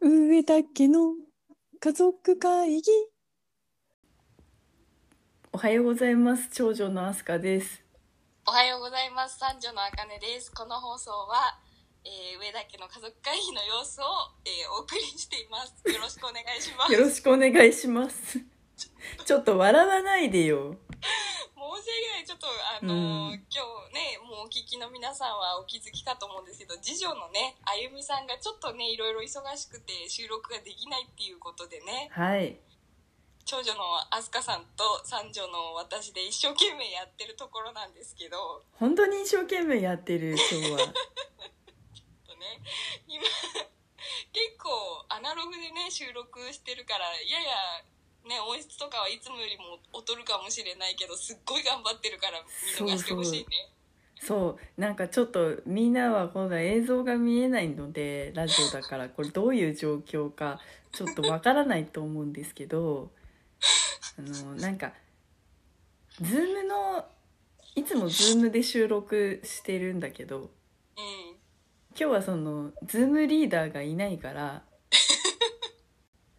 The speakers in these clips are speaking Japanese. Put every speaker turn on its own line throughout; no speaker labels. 上田家の家族会議
おはようございます長女のアスカです
おはようございます三女のあかねですこの放送は、えー、上田家の家族会議の様子を、えー、お送りしていますよろしくお願いします
よろしくお願いしますちょっと笑わないでよ
申し訳ないちょっとあの
う
ー
ん
今日ねもうお聞きの皆さんはお気づきかと思うんですけど次女のねあゆみさんがちょっとねいろいろ忙しくて収録ができないっていうことでね
はい
長女のあすかさんと三女の私で一生懸命やってるところなんですけど
本当に一生懸命やってる今日は
ちょっとね今結構アナログでね収録してるからややね音質とかはいつもよりも劣るかもしれないけどすっごい頑張ってるから見逃してほしいね
そうなんかちょっとみんなはこの映像が見えないのでラジオだからこれどういう状況かちょっとわからないと思うんですけどあのなんか Zoom のいつも Zoom で収録してるんだけど
うん
今日はそのズームリーダーがいないから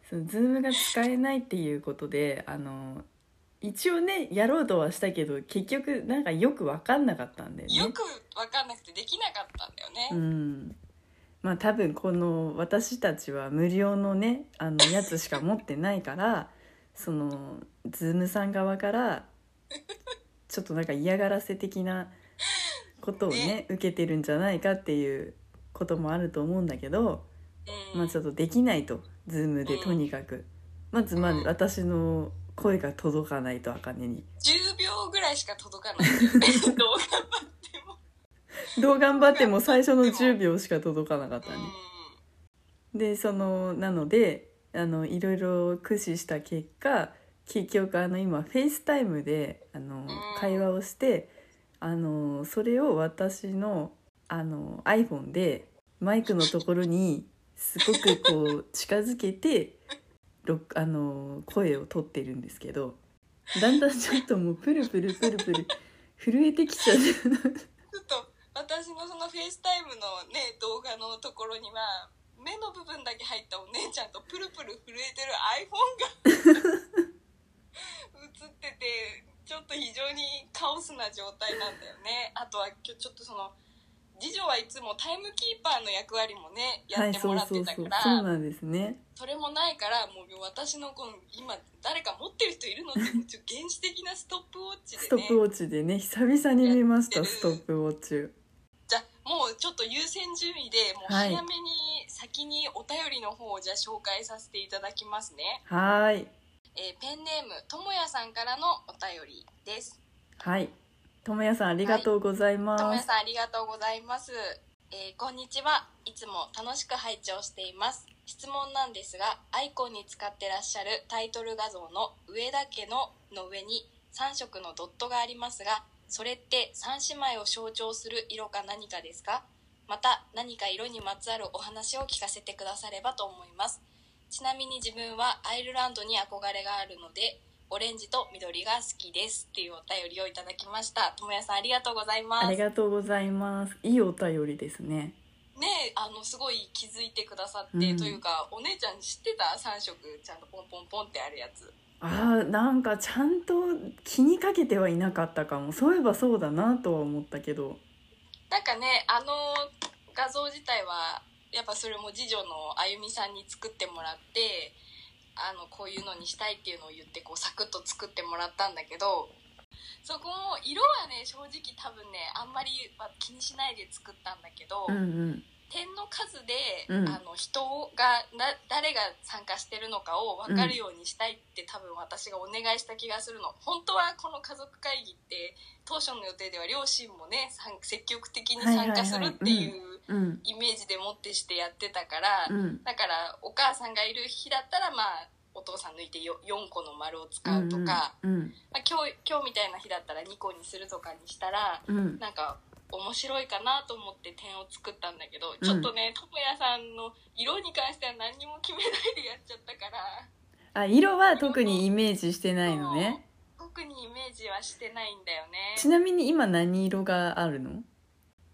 そのズームが使えないっていうことであの一応ねやろうとはしたけど結局なんかよく分かんなかったんだよね。
よく分かんなくてできなかったんだよね、
うんまあ多分この私たちは無料のねあのやつしか持ってないからそのズームさん側からちょっとなんか嫌がらせ的なことをね受けてるんじゃないかっていうこともあると思うんだけど、
うん
まあ、ちょっとできないとズームでとにかくまずまあ
うん
私の声が届かないとあかねに
10秒ぐらいしか届かないんだよね 動画版でも、
どう頑張っても最初の10秒しか届かなかったね。
う
でそのなのであのいろいろ駆使した結果結局あの今フェイスタイムであの会話をしてあのそれを私のあの iPhone でマイクのところにすごくこう近づけて録あの声を取ってるんですけどだんだんちょっともうプルプルプルプル震えてきちゃう。
んちょっと私のそのフェイスタイムのね動画のところには目の部分だけ入ったお姉ちゃんとプルプル震えてる iPhone が映っててちょっと非常にカオスな状態なんだよねあとは今日ちょっとその次女はいつもタイムキーパーの役割もねや
は
っ
い、
て
そう
もらっ
そ
て
うそ
たか
う
ら、
そうなんですね。
それもないからもう私のこの今誰か持ってる人いるのって ちょっと原始的なストップウォッチでね
ストップウォッチでね久々に見まし
や
た
ってる
ストップウォッチ
じゃあもうちょっと優先順位でもう
は
早
い
めに先にお便りの方をじゃあ紹介させていただきますね、
はーい
えーペンネームともやさんからのお便りです
はいともやさんありがとうございま
ともや
す、
さんありがとうございます、えーこんにちはいつも楽しく拝聴しています質問なんですがアイコンに使ってらっしゃるタイトル画像の上だけのの上に3色のドットがありますがそれって三姉妹を象徴する色か何かですかまた何か色にまつわるお話を聞かせてくださればと思いますちなみに自分はアイルランドに憧れがあるのでオレンジと緑が好きですっていうお便りをいただきましたともやさんありがとうございます
ありがとうございますいいお便りですね
ねえあのすごい気づいてくださって、
うん
というかお姉ちゃん知ってた3色ちゃんとポンポンポンってあるやつ
あーなんかちゃんと気にかけてはいなかったかもそういえばそうだなとは思ったけど
なんかねあの画像自体はやっぱそれも次女のあゆみさんに作ってもらってあのこういうのにしたいっていうのを言ってこうサクッと作ってもらったんだけどそこも色はね正直多分ねあんまりは気にしないで作ったんだけど、
うんうん
点の数で、
うん
あの人がな誰が参加してるのかを分かるようにしたいって、多分私がお願いした気がするの本当はこの家族会議って当初の予定では両親もね参積極的に参加するって
はいはい
い
は
う
うん
イメージでもってしてやってたから、
うん
だからお母さんがいる日だったらまあお父さん抜いてよ4個の丸を使うとか、ま
うんうん
あ、今日今日みたいな日だったら2個にするとかにしたら
うん
なんか面白いかなと思って点を作ったんだけど、
ん
ちょっとねともやさんの色に関しては何にも決めないでやっちゃったから
あ色は特にイメージしてないのね
特にイメージはしてないんだよね
ちなみに今何色があるの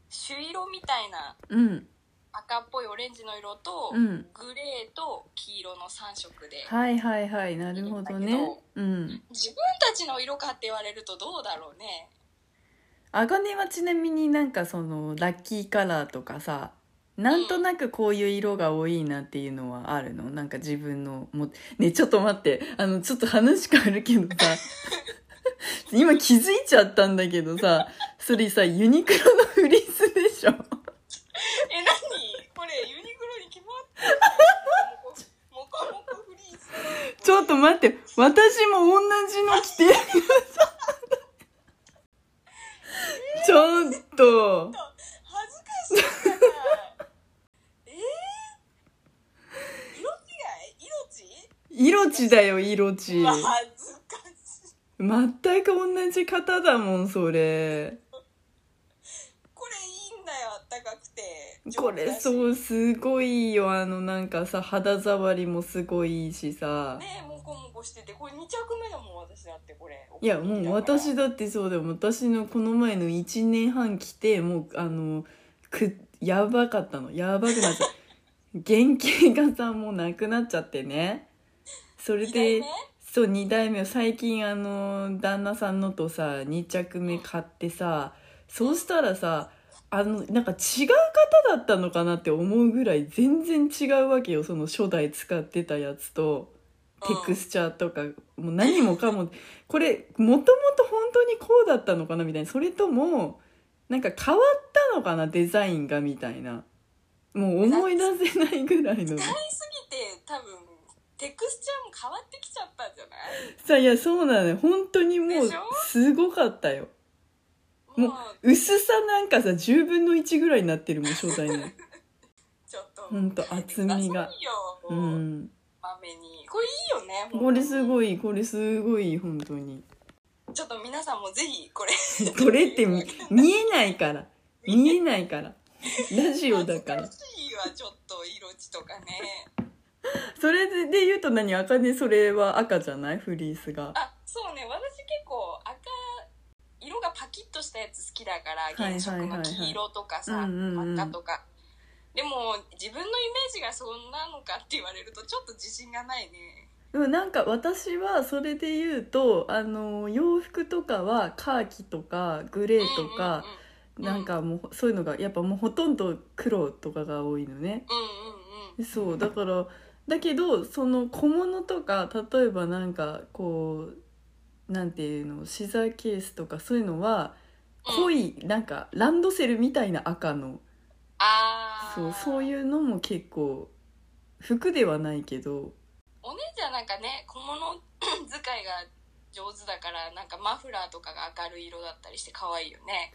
朱色みたいな
うん
赤っぽいオレンジの色と、
うん
グレーと黄色の3色で、
はいはいはいなるほど
いいんだ
ね
けど
うん
自分たちの色かって言われるとどうだろうね
あがねはちなみになんかそのラッキーカラーとかさなんとなくこういう色が多いなっていうのはあるのなんか自分のもねちょっと待ってあのちょっと話変わるけど さ今気づいちゃったんだけどさそれさユニクロのフリースでしょ
え何これユニクロに決まってる モコモコフリース
ちょっと待って私も同じの着てるちょっと
恥ずかしいからえー、色違い
色地だよ色地
色違い恥ずかしい
全く同じ方だもんそれ
これいいんだよあったかくて
これ
う
そうすごいいいよあのなんかさ肌触りもすごいいいしさ
ねモコモコしててこれ2着目だもん私だってこれ
いやもう私だってそうだよ私のこの前の1年半来てもうあのくやばかったのやばくなっちゃった 原型がさもうなくなっちゃってねそれ
それ
で
で
そう2代目を最近あの旦那さんのとさ2着目買ってさそうしたらさあのなんか違う方だったのかなって思うぐらい全然違うわけよその初代使ってたやつとテクスチャーとかもう何もかもこれもともと本当にこうだったのかなみたいなそれともなんか変わったのかなデザインがみたいなもう思い出せないぐらいの。
使いすぎて多分テクスチャーも変わってきちゃったんじゃない
さいやそうなのよ本当にもう
でしょ
すごかったよもう
もう
薄さなんかさ10分の1ぐらいになってるもん初代の
ちょっと
ほんと厚みが
出さいよ
う
もうんまめにこれいいよね
これす
い
ごいこれすごい本当に
ちょっと皆さんもぜひ これ
これって み見えないから見えないからラジオだから
恥ずかしいわちょっと色地とかね
それで言うと何赤ねそれは赤じゃないフリースが
あそうね私結構赤色がパキッとしたやつ好きだから
いはいはいはい
原色の黄色とかさ、
うんうんうん
真っ赤とかでも自分のイメージがそんなのかって言われるとちょっと自信がないね
でもなんか私はそれで言うとあの洋服とかはカーキとかグレーとか
うん
なんかもうそういうのがやっぱもうほとんど黒とかが多いのね
うんうんうんうん
そうだからだけどその小物とか例えばなんかこうなんていうのシザーケースとかそういうのは
うん
濃いなんかランドセルみたいな赤の
あ
そうそう
う
いうのも結構服ではないけど
お姉ちゃんなんかね小物 使いが上手だからなんかマフラーとかが明るい色だったりして可愛いよね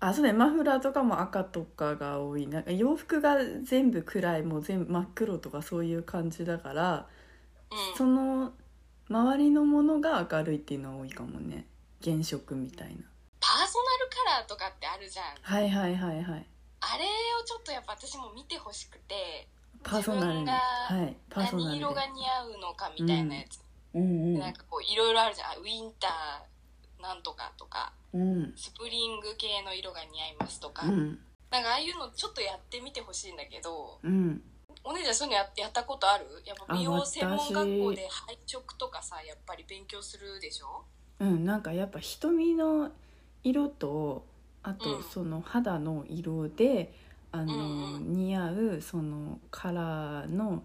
あそうねマフラーとかも赤とかが多いなんか洋服が全部暗いもう全部真っ黒とかそういう感じだから
うん
その周りのものが明るいっていうのは多いかもね原色みたいな
パーソナルカラーとかってあるじゃん
はいはいはいはい
あれをちょっとやっぱ私も見てほしくて
パーソナルに
自分が
はいパーソナ
何
ル
色が似合うのかみたいなやつ、
うんうん
なんかこういろいろあるじゃんあウィンターなんとかとか
うん
スプリング系の色が似合いますとか、
うん
なんかああいうのちょっとやってみてほしいんだけど
うん
お姉ちゃんそういうのややったことあるやっぱ美容専門学校で配色とかさやっぱり勉強するでしょ
うんなんかやっぱ瞳の色とあ
う
と
ん
その肌の色で、あの
うんう
似合うそのカラーの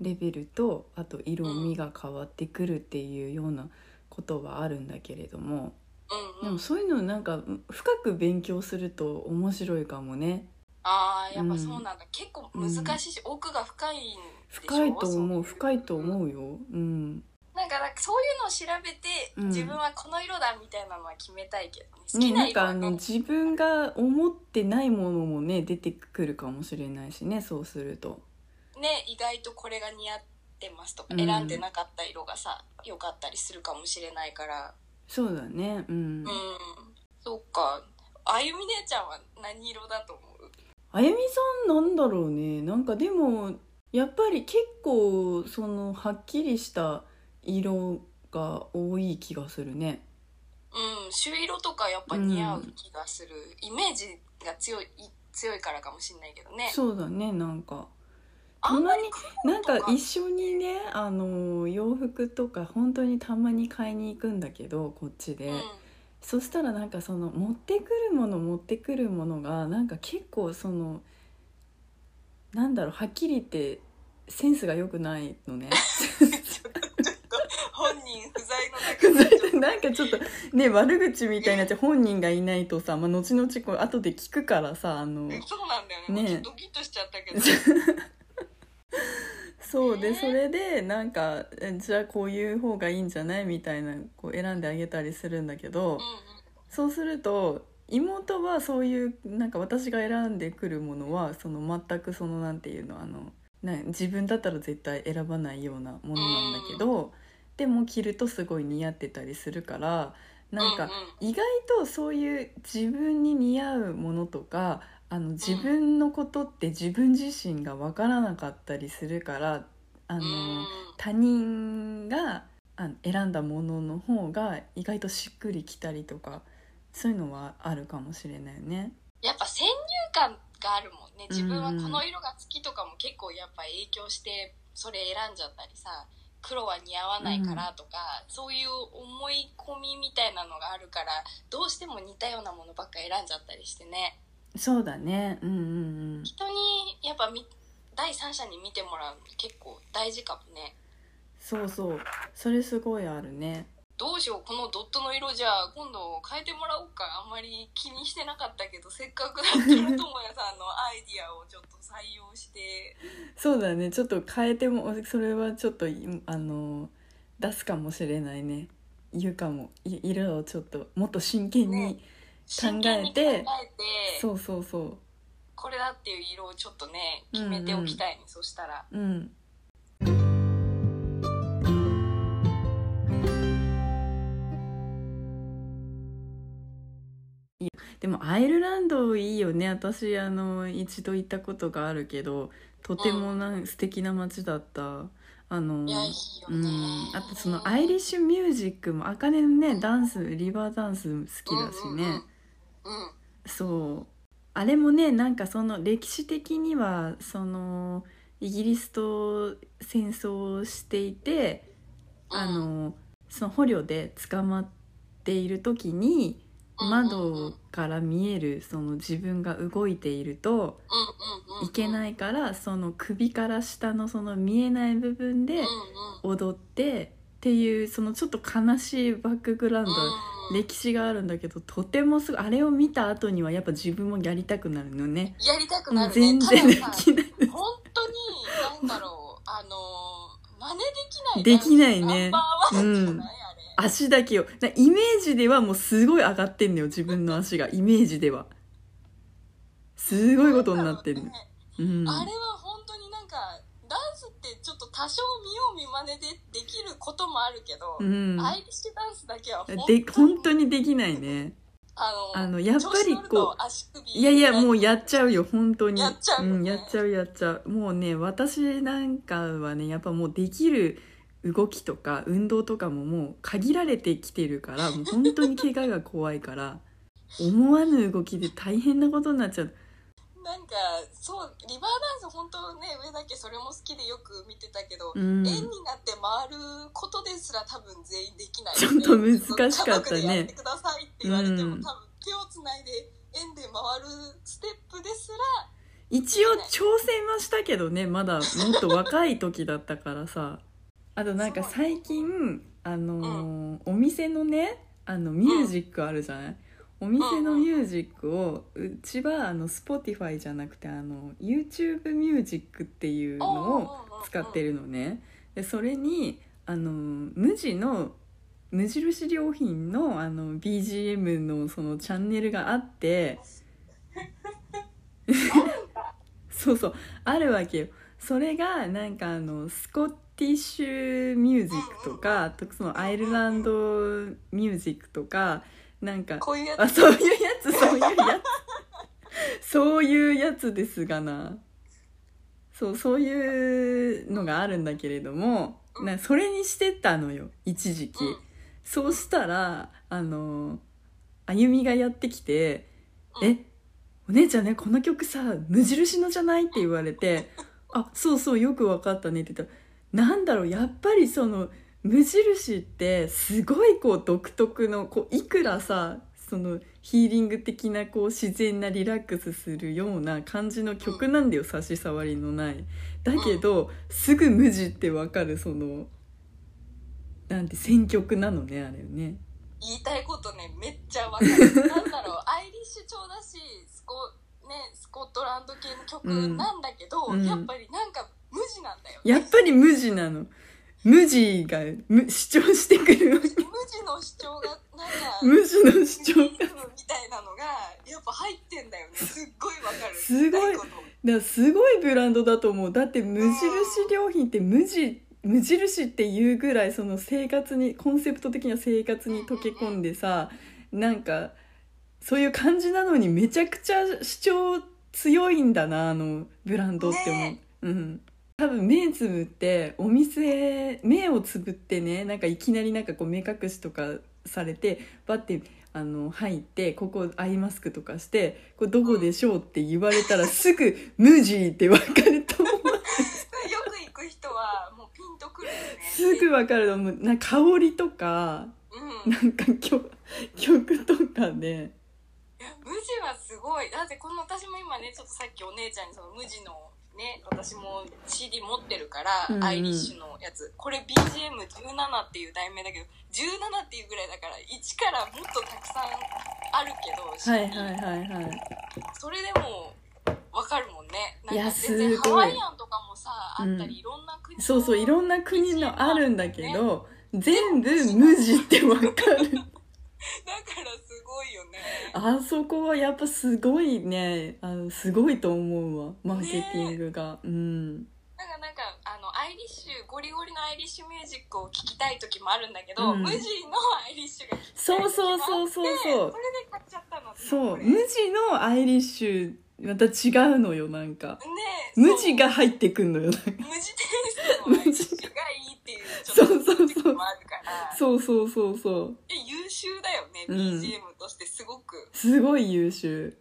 レベルとあと色味が変わってくるっていうようなことはあるんだけれども、
う
で
んうん
もそういうのなんか深く勉強すると面白いかもね。
ああやっぱそうなんだ、結構難しいし、奥が深いんでしょ
深いと思う
そ
深いと思うよ。うん
なんかなんかそういうのを調べて、
うん
自分はこの色だみたいなのは決めたいけどね好
ね、
き
な
なん
か
色
あ
はね
の自分が思ってないものもね出てくるかもしれないしねそうすると
ね意外とこれが似合ってますとか、
うん
選んでなかった色がさ良かったりするかもしれないから
そうだねうん、
うん、そっかあゆみ姉ちゃんは何色だと思う
あやみさんなんだろうねなんかでもやっぱり結構そのはっきりした色が多い気がするね
うん朱色とかやっぱ似合う気がする、イメージが強い強いからかもしれないけどね
そうだねなんか
あんまり
なん
とか
か一緒にねあの洋服とか本当にたまに買いに行くんだけどこっちで、
うん
そしたらなんかその持ってくるもの持ってくるものがなんか結構そのなんだろうはっきり言ってセンスが良くないのね。
本人不在の
ふざ
中で
けてなんかちょっとね悪口みたいになっちゃう本人がいないとさ、まあ、後々こう後で聞くからさあの
そうなんだよ
ね
ね
え
ちょっとドキッとしちゃった けど
そう
え
で
ー
それでなんかえじゃあこういう方がいいんじゃないみたいなこう選んであげたりするんだけど
う
そうすると妹はそういうなんか私が選んでくるものはその全くそのなんていうのあのな自分だったら絶対選ばないようなものなんだけどでも着るとすごい似合ってたりするからなんか
う
意外とそういう自分に似合うものとかあの自分のことって自分自身が分からなかったりするからあの、
うんうんうん
他人があの選んだものの方が意外としっくりきたりとかそういうのはあるかもしれないよね。
やっぱ先入観があるもんね自分はこの色が好きとかも結構やっぱ影響してそれ選んじゃったりさ黒は似合わないからとか、そういう思い込みみたいなのがあるからどうしても似たようなものばっか選んじゃったりしてね
そうだね、うんうんうん、
人にやっぱみ第三者に見てもらうの結構大事かもね
そうそうそれすごいあるね。
どうしようこのドットの色じゃあ今度変えてもらおうかあんまり気にしてなかったけどせっかくだったら智也さんのアイディアをちょっと採用して
そうだねちょっと変えてもそれはちょっといあの出すかもしれないね言うかもい色をちょっともっと真剣に、考え
ね
て
真剣に考えて
そうそうそ
これだっていう色をちょっとね決めておきたいね、そしたら
ううんいやでもアイルランドいいよね私あの一度行ったことがあるけどとてもなん、素敵な街だったあの
いやいいよね、
うん、あとそのアイリッシュミュージックもあかねのねダンスリバーダンス好きだしね、
うんうんうん、うん
そうあれもねなんかその歴史的にはそのイギリスと戦争をしていてあのその捕虜で捕まっている時に
うんうんうん
窓から見えるその自分が動いていると
うんうん
いけ
い
ないからその首から下のその見えない部分で
うんうん
踊ってっていうそのちょっと悲しいバックグラウンド
うん
歴史があるんだけどとてもすごいあれを見た後にはやっぱ自分もやりたくなるのね
やりたくなるね
全然で
たださ
きない
本当になんだろうあの真似で
で
き
き
な
ないいね
ナンバーワンじゃない、
うん
あれ
足だけをなイメージではもうすごい上がってんのよ自分の足がイメージではすごいことになってる
なんだろうね
うん
あれは本当になんかダンスってちょっと多少見よう見まねでできることもあるけど、
うん
アイリッシュダンスだけは本当に
で本当にできないね
あの
あのやっぱりこ
う足首
ういやいやもうやっ
ち
ちゃうよ本当に
やっちゃうよね
ん、やっちゃうやっちゃうもうね私なんかはねやっぱもうできる動きとか運動とかももう限られてきてる からもう本当に怪我が怖いから思わぬ動きで大変なことになっちゃう
なんかそうリバーダンス本当ね上だけそれも好きでよく見てたけど、
うん
円になって回ることですら多分全員できない、
ちょっと難しかったね
家族でやってくださいって言われても、
うん
多分手をつないで円で回るステップですら
一応挑戦はしたけどねまだもっと若い時だったからさあとなんか最近あのーお店のねあのミュージックあるじゃない、お店のミュージックをうちはあの Spotify じゃなくてあの YouTube ミュージックっていうのを使って
る
るのねでそれにあの無地の無印良品のあの BGM のそのチャンネルがあってそうそうあるわけよそれがなんかあのスコティッシュミュージックとかあとそのアイルランドミュージックとかなんか
こういうや
あ
つ
そういうやつそういうやつそういうやつですがなそうそういうのがあるんだけれどもなそれにしてたのよ一時期、
うん
そうしたらあのあゆみがやってきて「
うん
えお姉ちゃんねこの曲さ無印のじゃない?」って言われ て「あそうそうよくわかったね」って言ったらなんだろうやっぱりその無印ってすごいこう独特のこういくらさそのヒーリング的なこう自然なリラックスするような感じの曲なんだよ差し障りのない。だけどすぐ無地ってわかるそのなんて選曲なのねあれね。
言いたいことねめっちゃわかるなんだろ うアイリッシュ調だしスコ,、ね、スコットランド系の曲
うん
なんだけど、
うん
やっぱりなんか無地なんだよね、
やっぱり無地なの。無地がむ主張してくるわけ。
無地の主張がなんか
無地の主張
リ
が。だ
ズムみたいなのがやっぱ入ってんだよねすっごいわかる
すごい
言たこと
からすごいブランドだと思う。だって無印良品って無地、無印っていうぐらいその生活に、コンセプト的な生活に溶け込んでさ、なんか、そういう感じなのにめちゃくちゃ主張強いんだな、あのブランドって思う
ね。
うん。多分目つぶってお店目をつぶってねなんかいきなりなんかこう目隠しとかされてバッてあの入ってここアイマスクとかして「これどこでしょう?」って言われたらすぐ「無地」って分かると思う
よく行く人はもうピンとくるよね
すぐ分かると思うなんか香りとか
うん
なんか曲曲とかね
無地はすごいだってこの私も今ねちょっとさっきお姉ちゃんにその無地のね私も CD 持ってるから、
うんうん
アイリッシュのやつこれ BGM17 っていう題名だけど17っていうぐらいだから1からもっとたくさんあるけど、
はいはい
CD
はいはい
それでもわかるもんね
い
なん
や
か全然
す
ハ
ごい
ワイアンとかもさあった
うん
りいろんな国の
そうそういろんな国のあるんだけど全部無地って分かる
だからすごいよね
あそこはやっぱすごいねあのすごいと思うわマーケティングが、うん
なんかなんかあのアイリッシュゴリゴリのアイリッシュミュージックを聴きたい時もあるんだけど、
うん
無地のアイリッシュが聴きたい時もあって
そうそうそうそうそう
それで買っちゃったの
そう
これ
無
ね
地のアイリッシュまた違うのよなんか
そう
無地が入ってくんのよなんか
無地テイストのアイリッシュがいいっていうち
そ
ょ
う
っ
そ
と
うそう
時もあるから
そうそうそうそう
で優秀だよね、
うん
BGM としてすごく
すごい優秀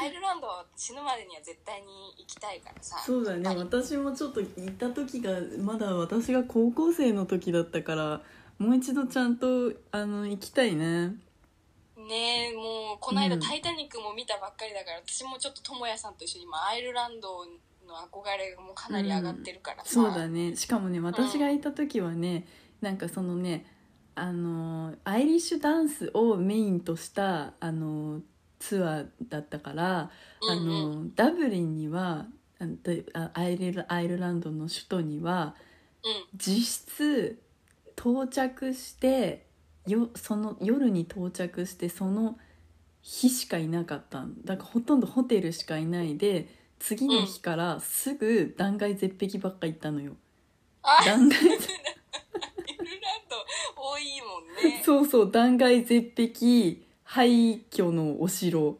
アイルランドは死ぬまでには絶対に行きたいからさ
そうだ
やっ
ね
ぱり
私もちょっと行った時がまだ私が高校生の時だったからもう一度ちゃんとあの行きたいね
ねえもうこの間
う
「
ん
タイタニック」も見たばっかりだから、私もちょっと智也さんと一緒に今アイルランドの憧れがもうかなり上がってるからさ、
そうだねしかもね私がいた時はね、なんかそのねあのーアイリッシュダンスをメインとしたあのーツアーだったから、
うんうん
あのーダブリンにはあのであアイルアイルランドの首都には
うん
実質到着してよその夜に到着してその日しかいなかったんだからほとんどホテルしかいないで次の日からすぐ断崖絶壁ばっか行ったのよ。
あ
断崖
アイルランド多いもんね
そうそう断崖絶壁廃墟のお城
うんうん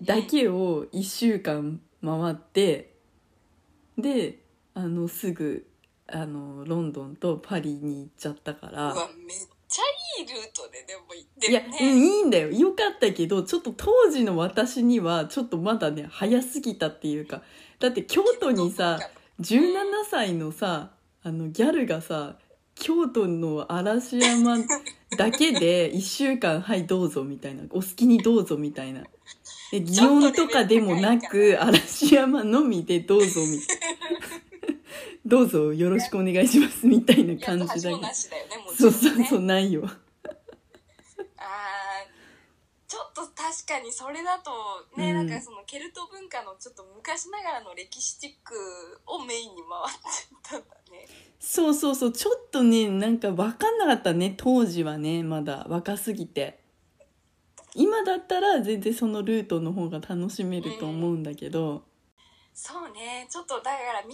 うん
だけを1週間回ってであのすぐあのロンドンとパリに行っちゃったか
う
ら
わめっちゃいいルートででも行って
いや
る
うん
ね
いいんだよよかったけどちょっと当時の私にはちょっとまだね早すぎたっていうかだって京都にさ17歳のさあのギャルがさ京都の嵐山だけで1週間「はいどうぞ」みたいな「お好きにどうぞ」みたいなで
ち
祇
ょっ
園と
とレベ
か
ル
でもな
高い
く嵐山のみで「どうぞ」みたいな 「どうぞよろしくお願いします」みたいない
や
感じだ
橋
け
も
ど
なしだよねもち
そ
ろ
うん
ね
そうそうないよ
あーちょっと確かにそれだとね、
うん
なんかそのケルト文化のちょっと昔ながらの歴史チックをメインに回っちゃったんだね
そうそうそうちょっとねなんか分かんなかったね当時はねまだ若すぎて今だったら全然そのルートの方が楽しめると思うんだけど、
そうねちょっとだから3日間ぐ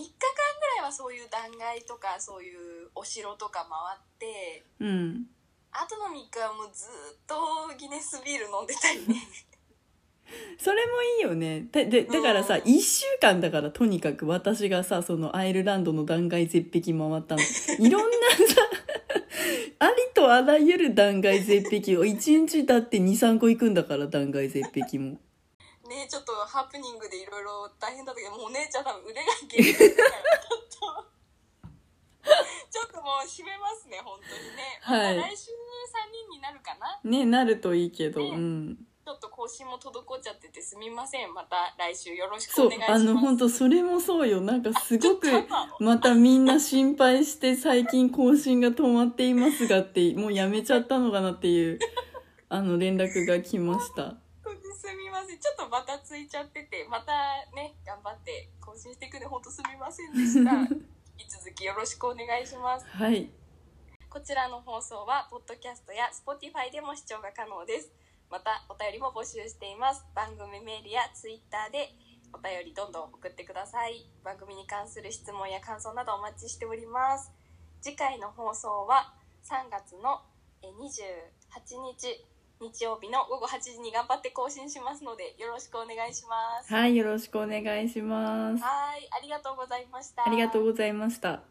らいはそういう断崖とかそういうお城とか回って
うん
あとの3日はもうずっとギネスビール飲んでたりね
それもいいよねででだからさ、
うん
1週間だからとにかく私がさそのアイルランドの断崖絶壁回ったのいろんなさ ありとあらゆる断崖絶壁を1日だって23個行くんだから断崖絶壁も
ねちょっとハプニングでいろいろ大変だったけどもうお姉ちゃん多分腕が限界だからちょっとちょっともう締めますね本当にね、
はい
また来週3人になるかな
ねなるといいけど、うん
ちょっと更新も滞っちゃっててすみませんまた来週よろしく
そ
お
う
願いし
あ
ます
の本当それもそうよなんかすごく
ちょっとあ
またみんな心配して最近更新が止まっていますがってもうやめちゃったのかなっていうあの連絡が来ました
本当にすみませんちょっとバタついちゃっててまたね頑張って更新していくんで本当すみませんで した引き続きよろしくお願いします
はい
こちらの放送は、ポッドキャストや Spotify でも視聴が可能です。また、お便りも募集しています。番組メールや Twitter でお便りどんどん送ってください。番組に関する質問や感想などお待ちしております。次回の放送は、3月のえー28日、日曜日の午後8時に頑張って更新しますので、よろしくお願いします。
はいよろしくお願いします
はい、ありがとうございました。
ありがとうございました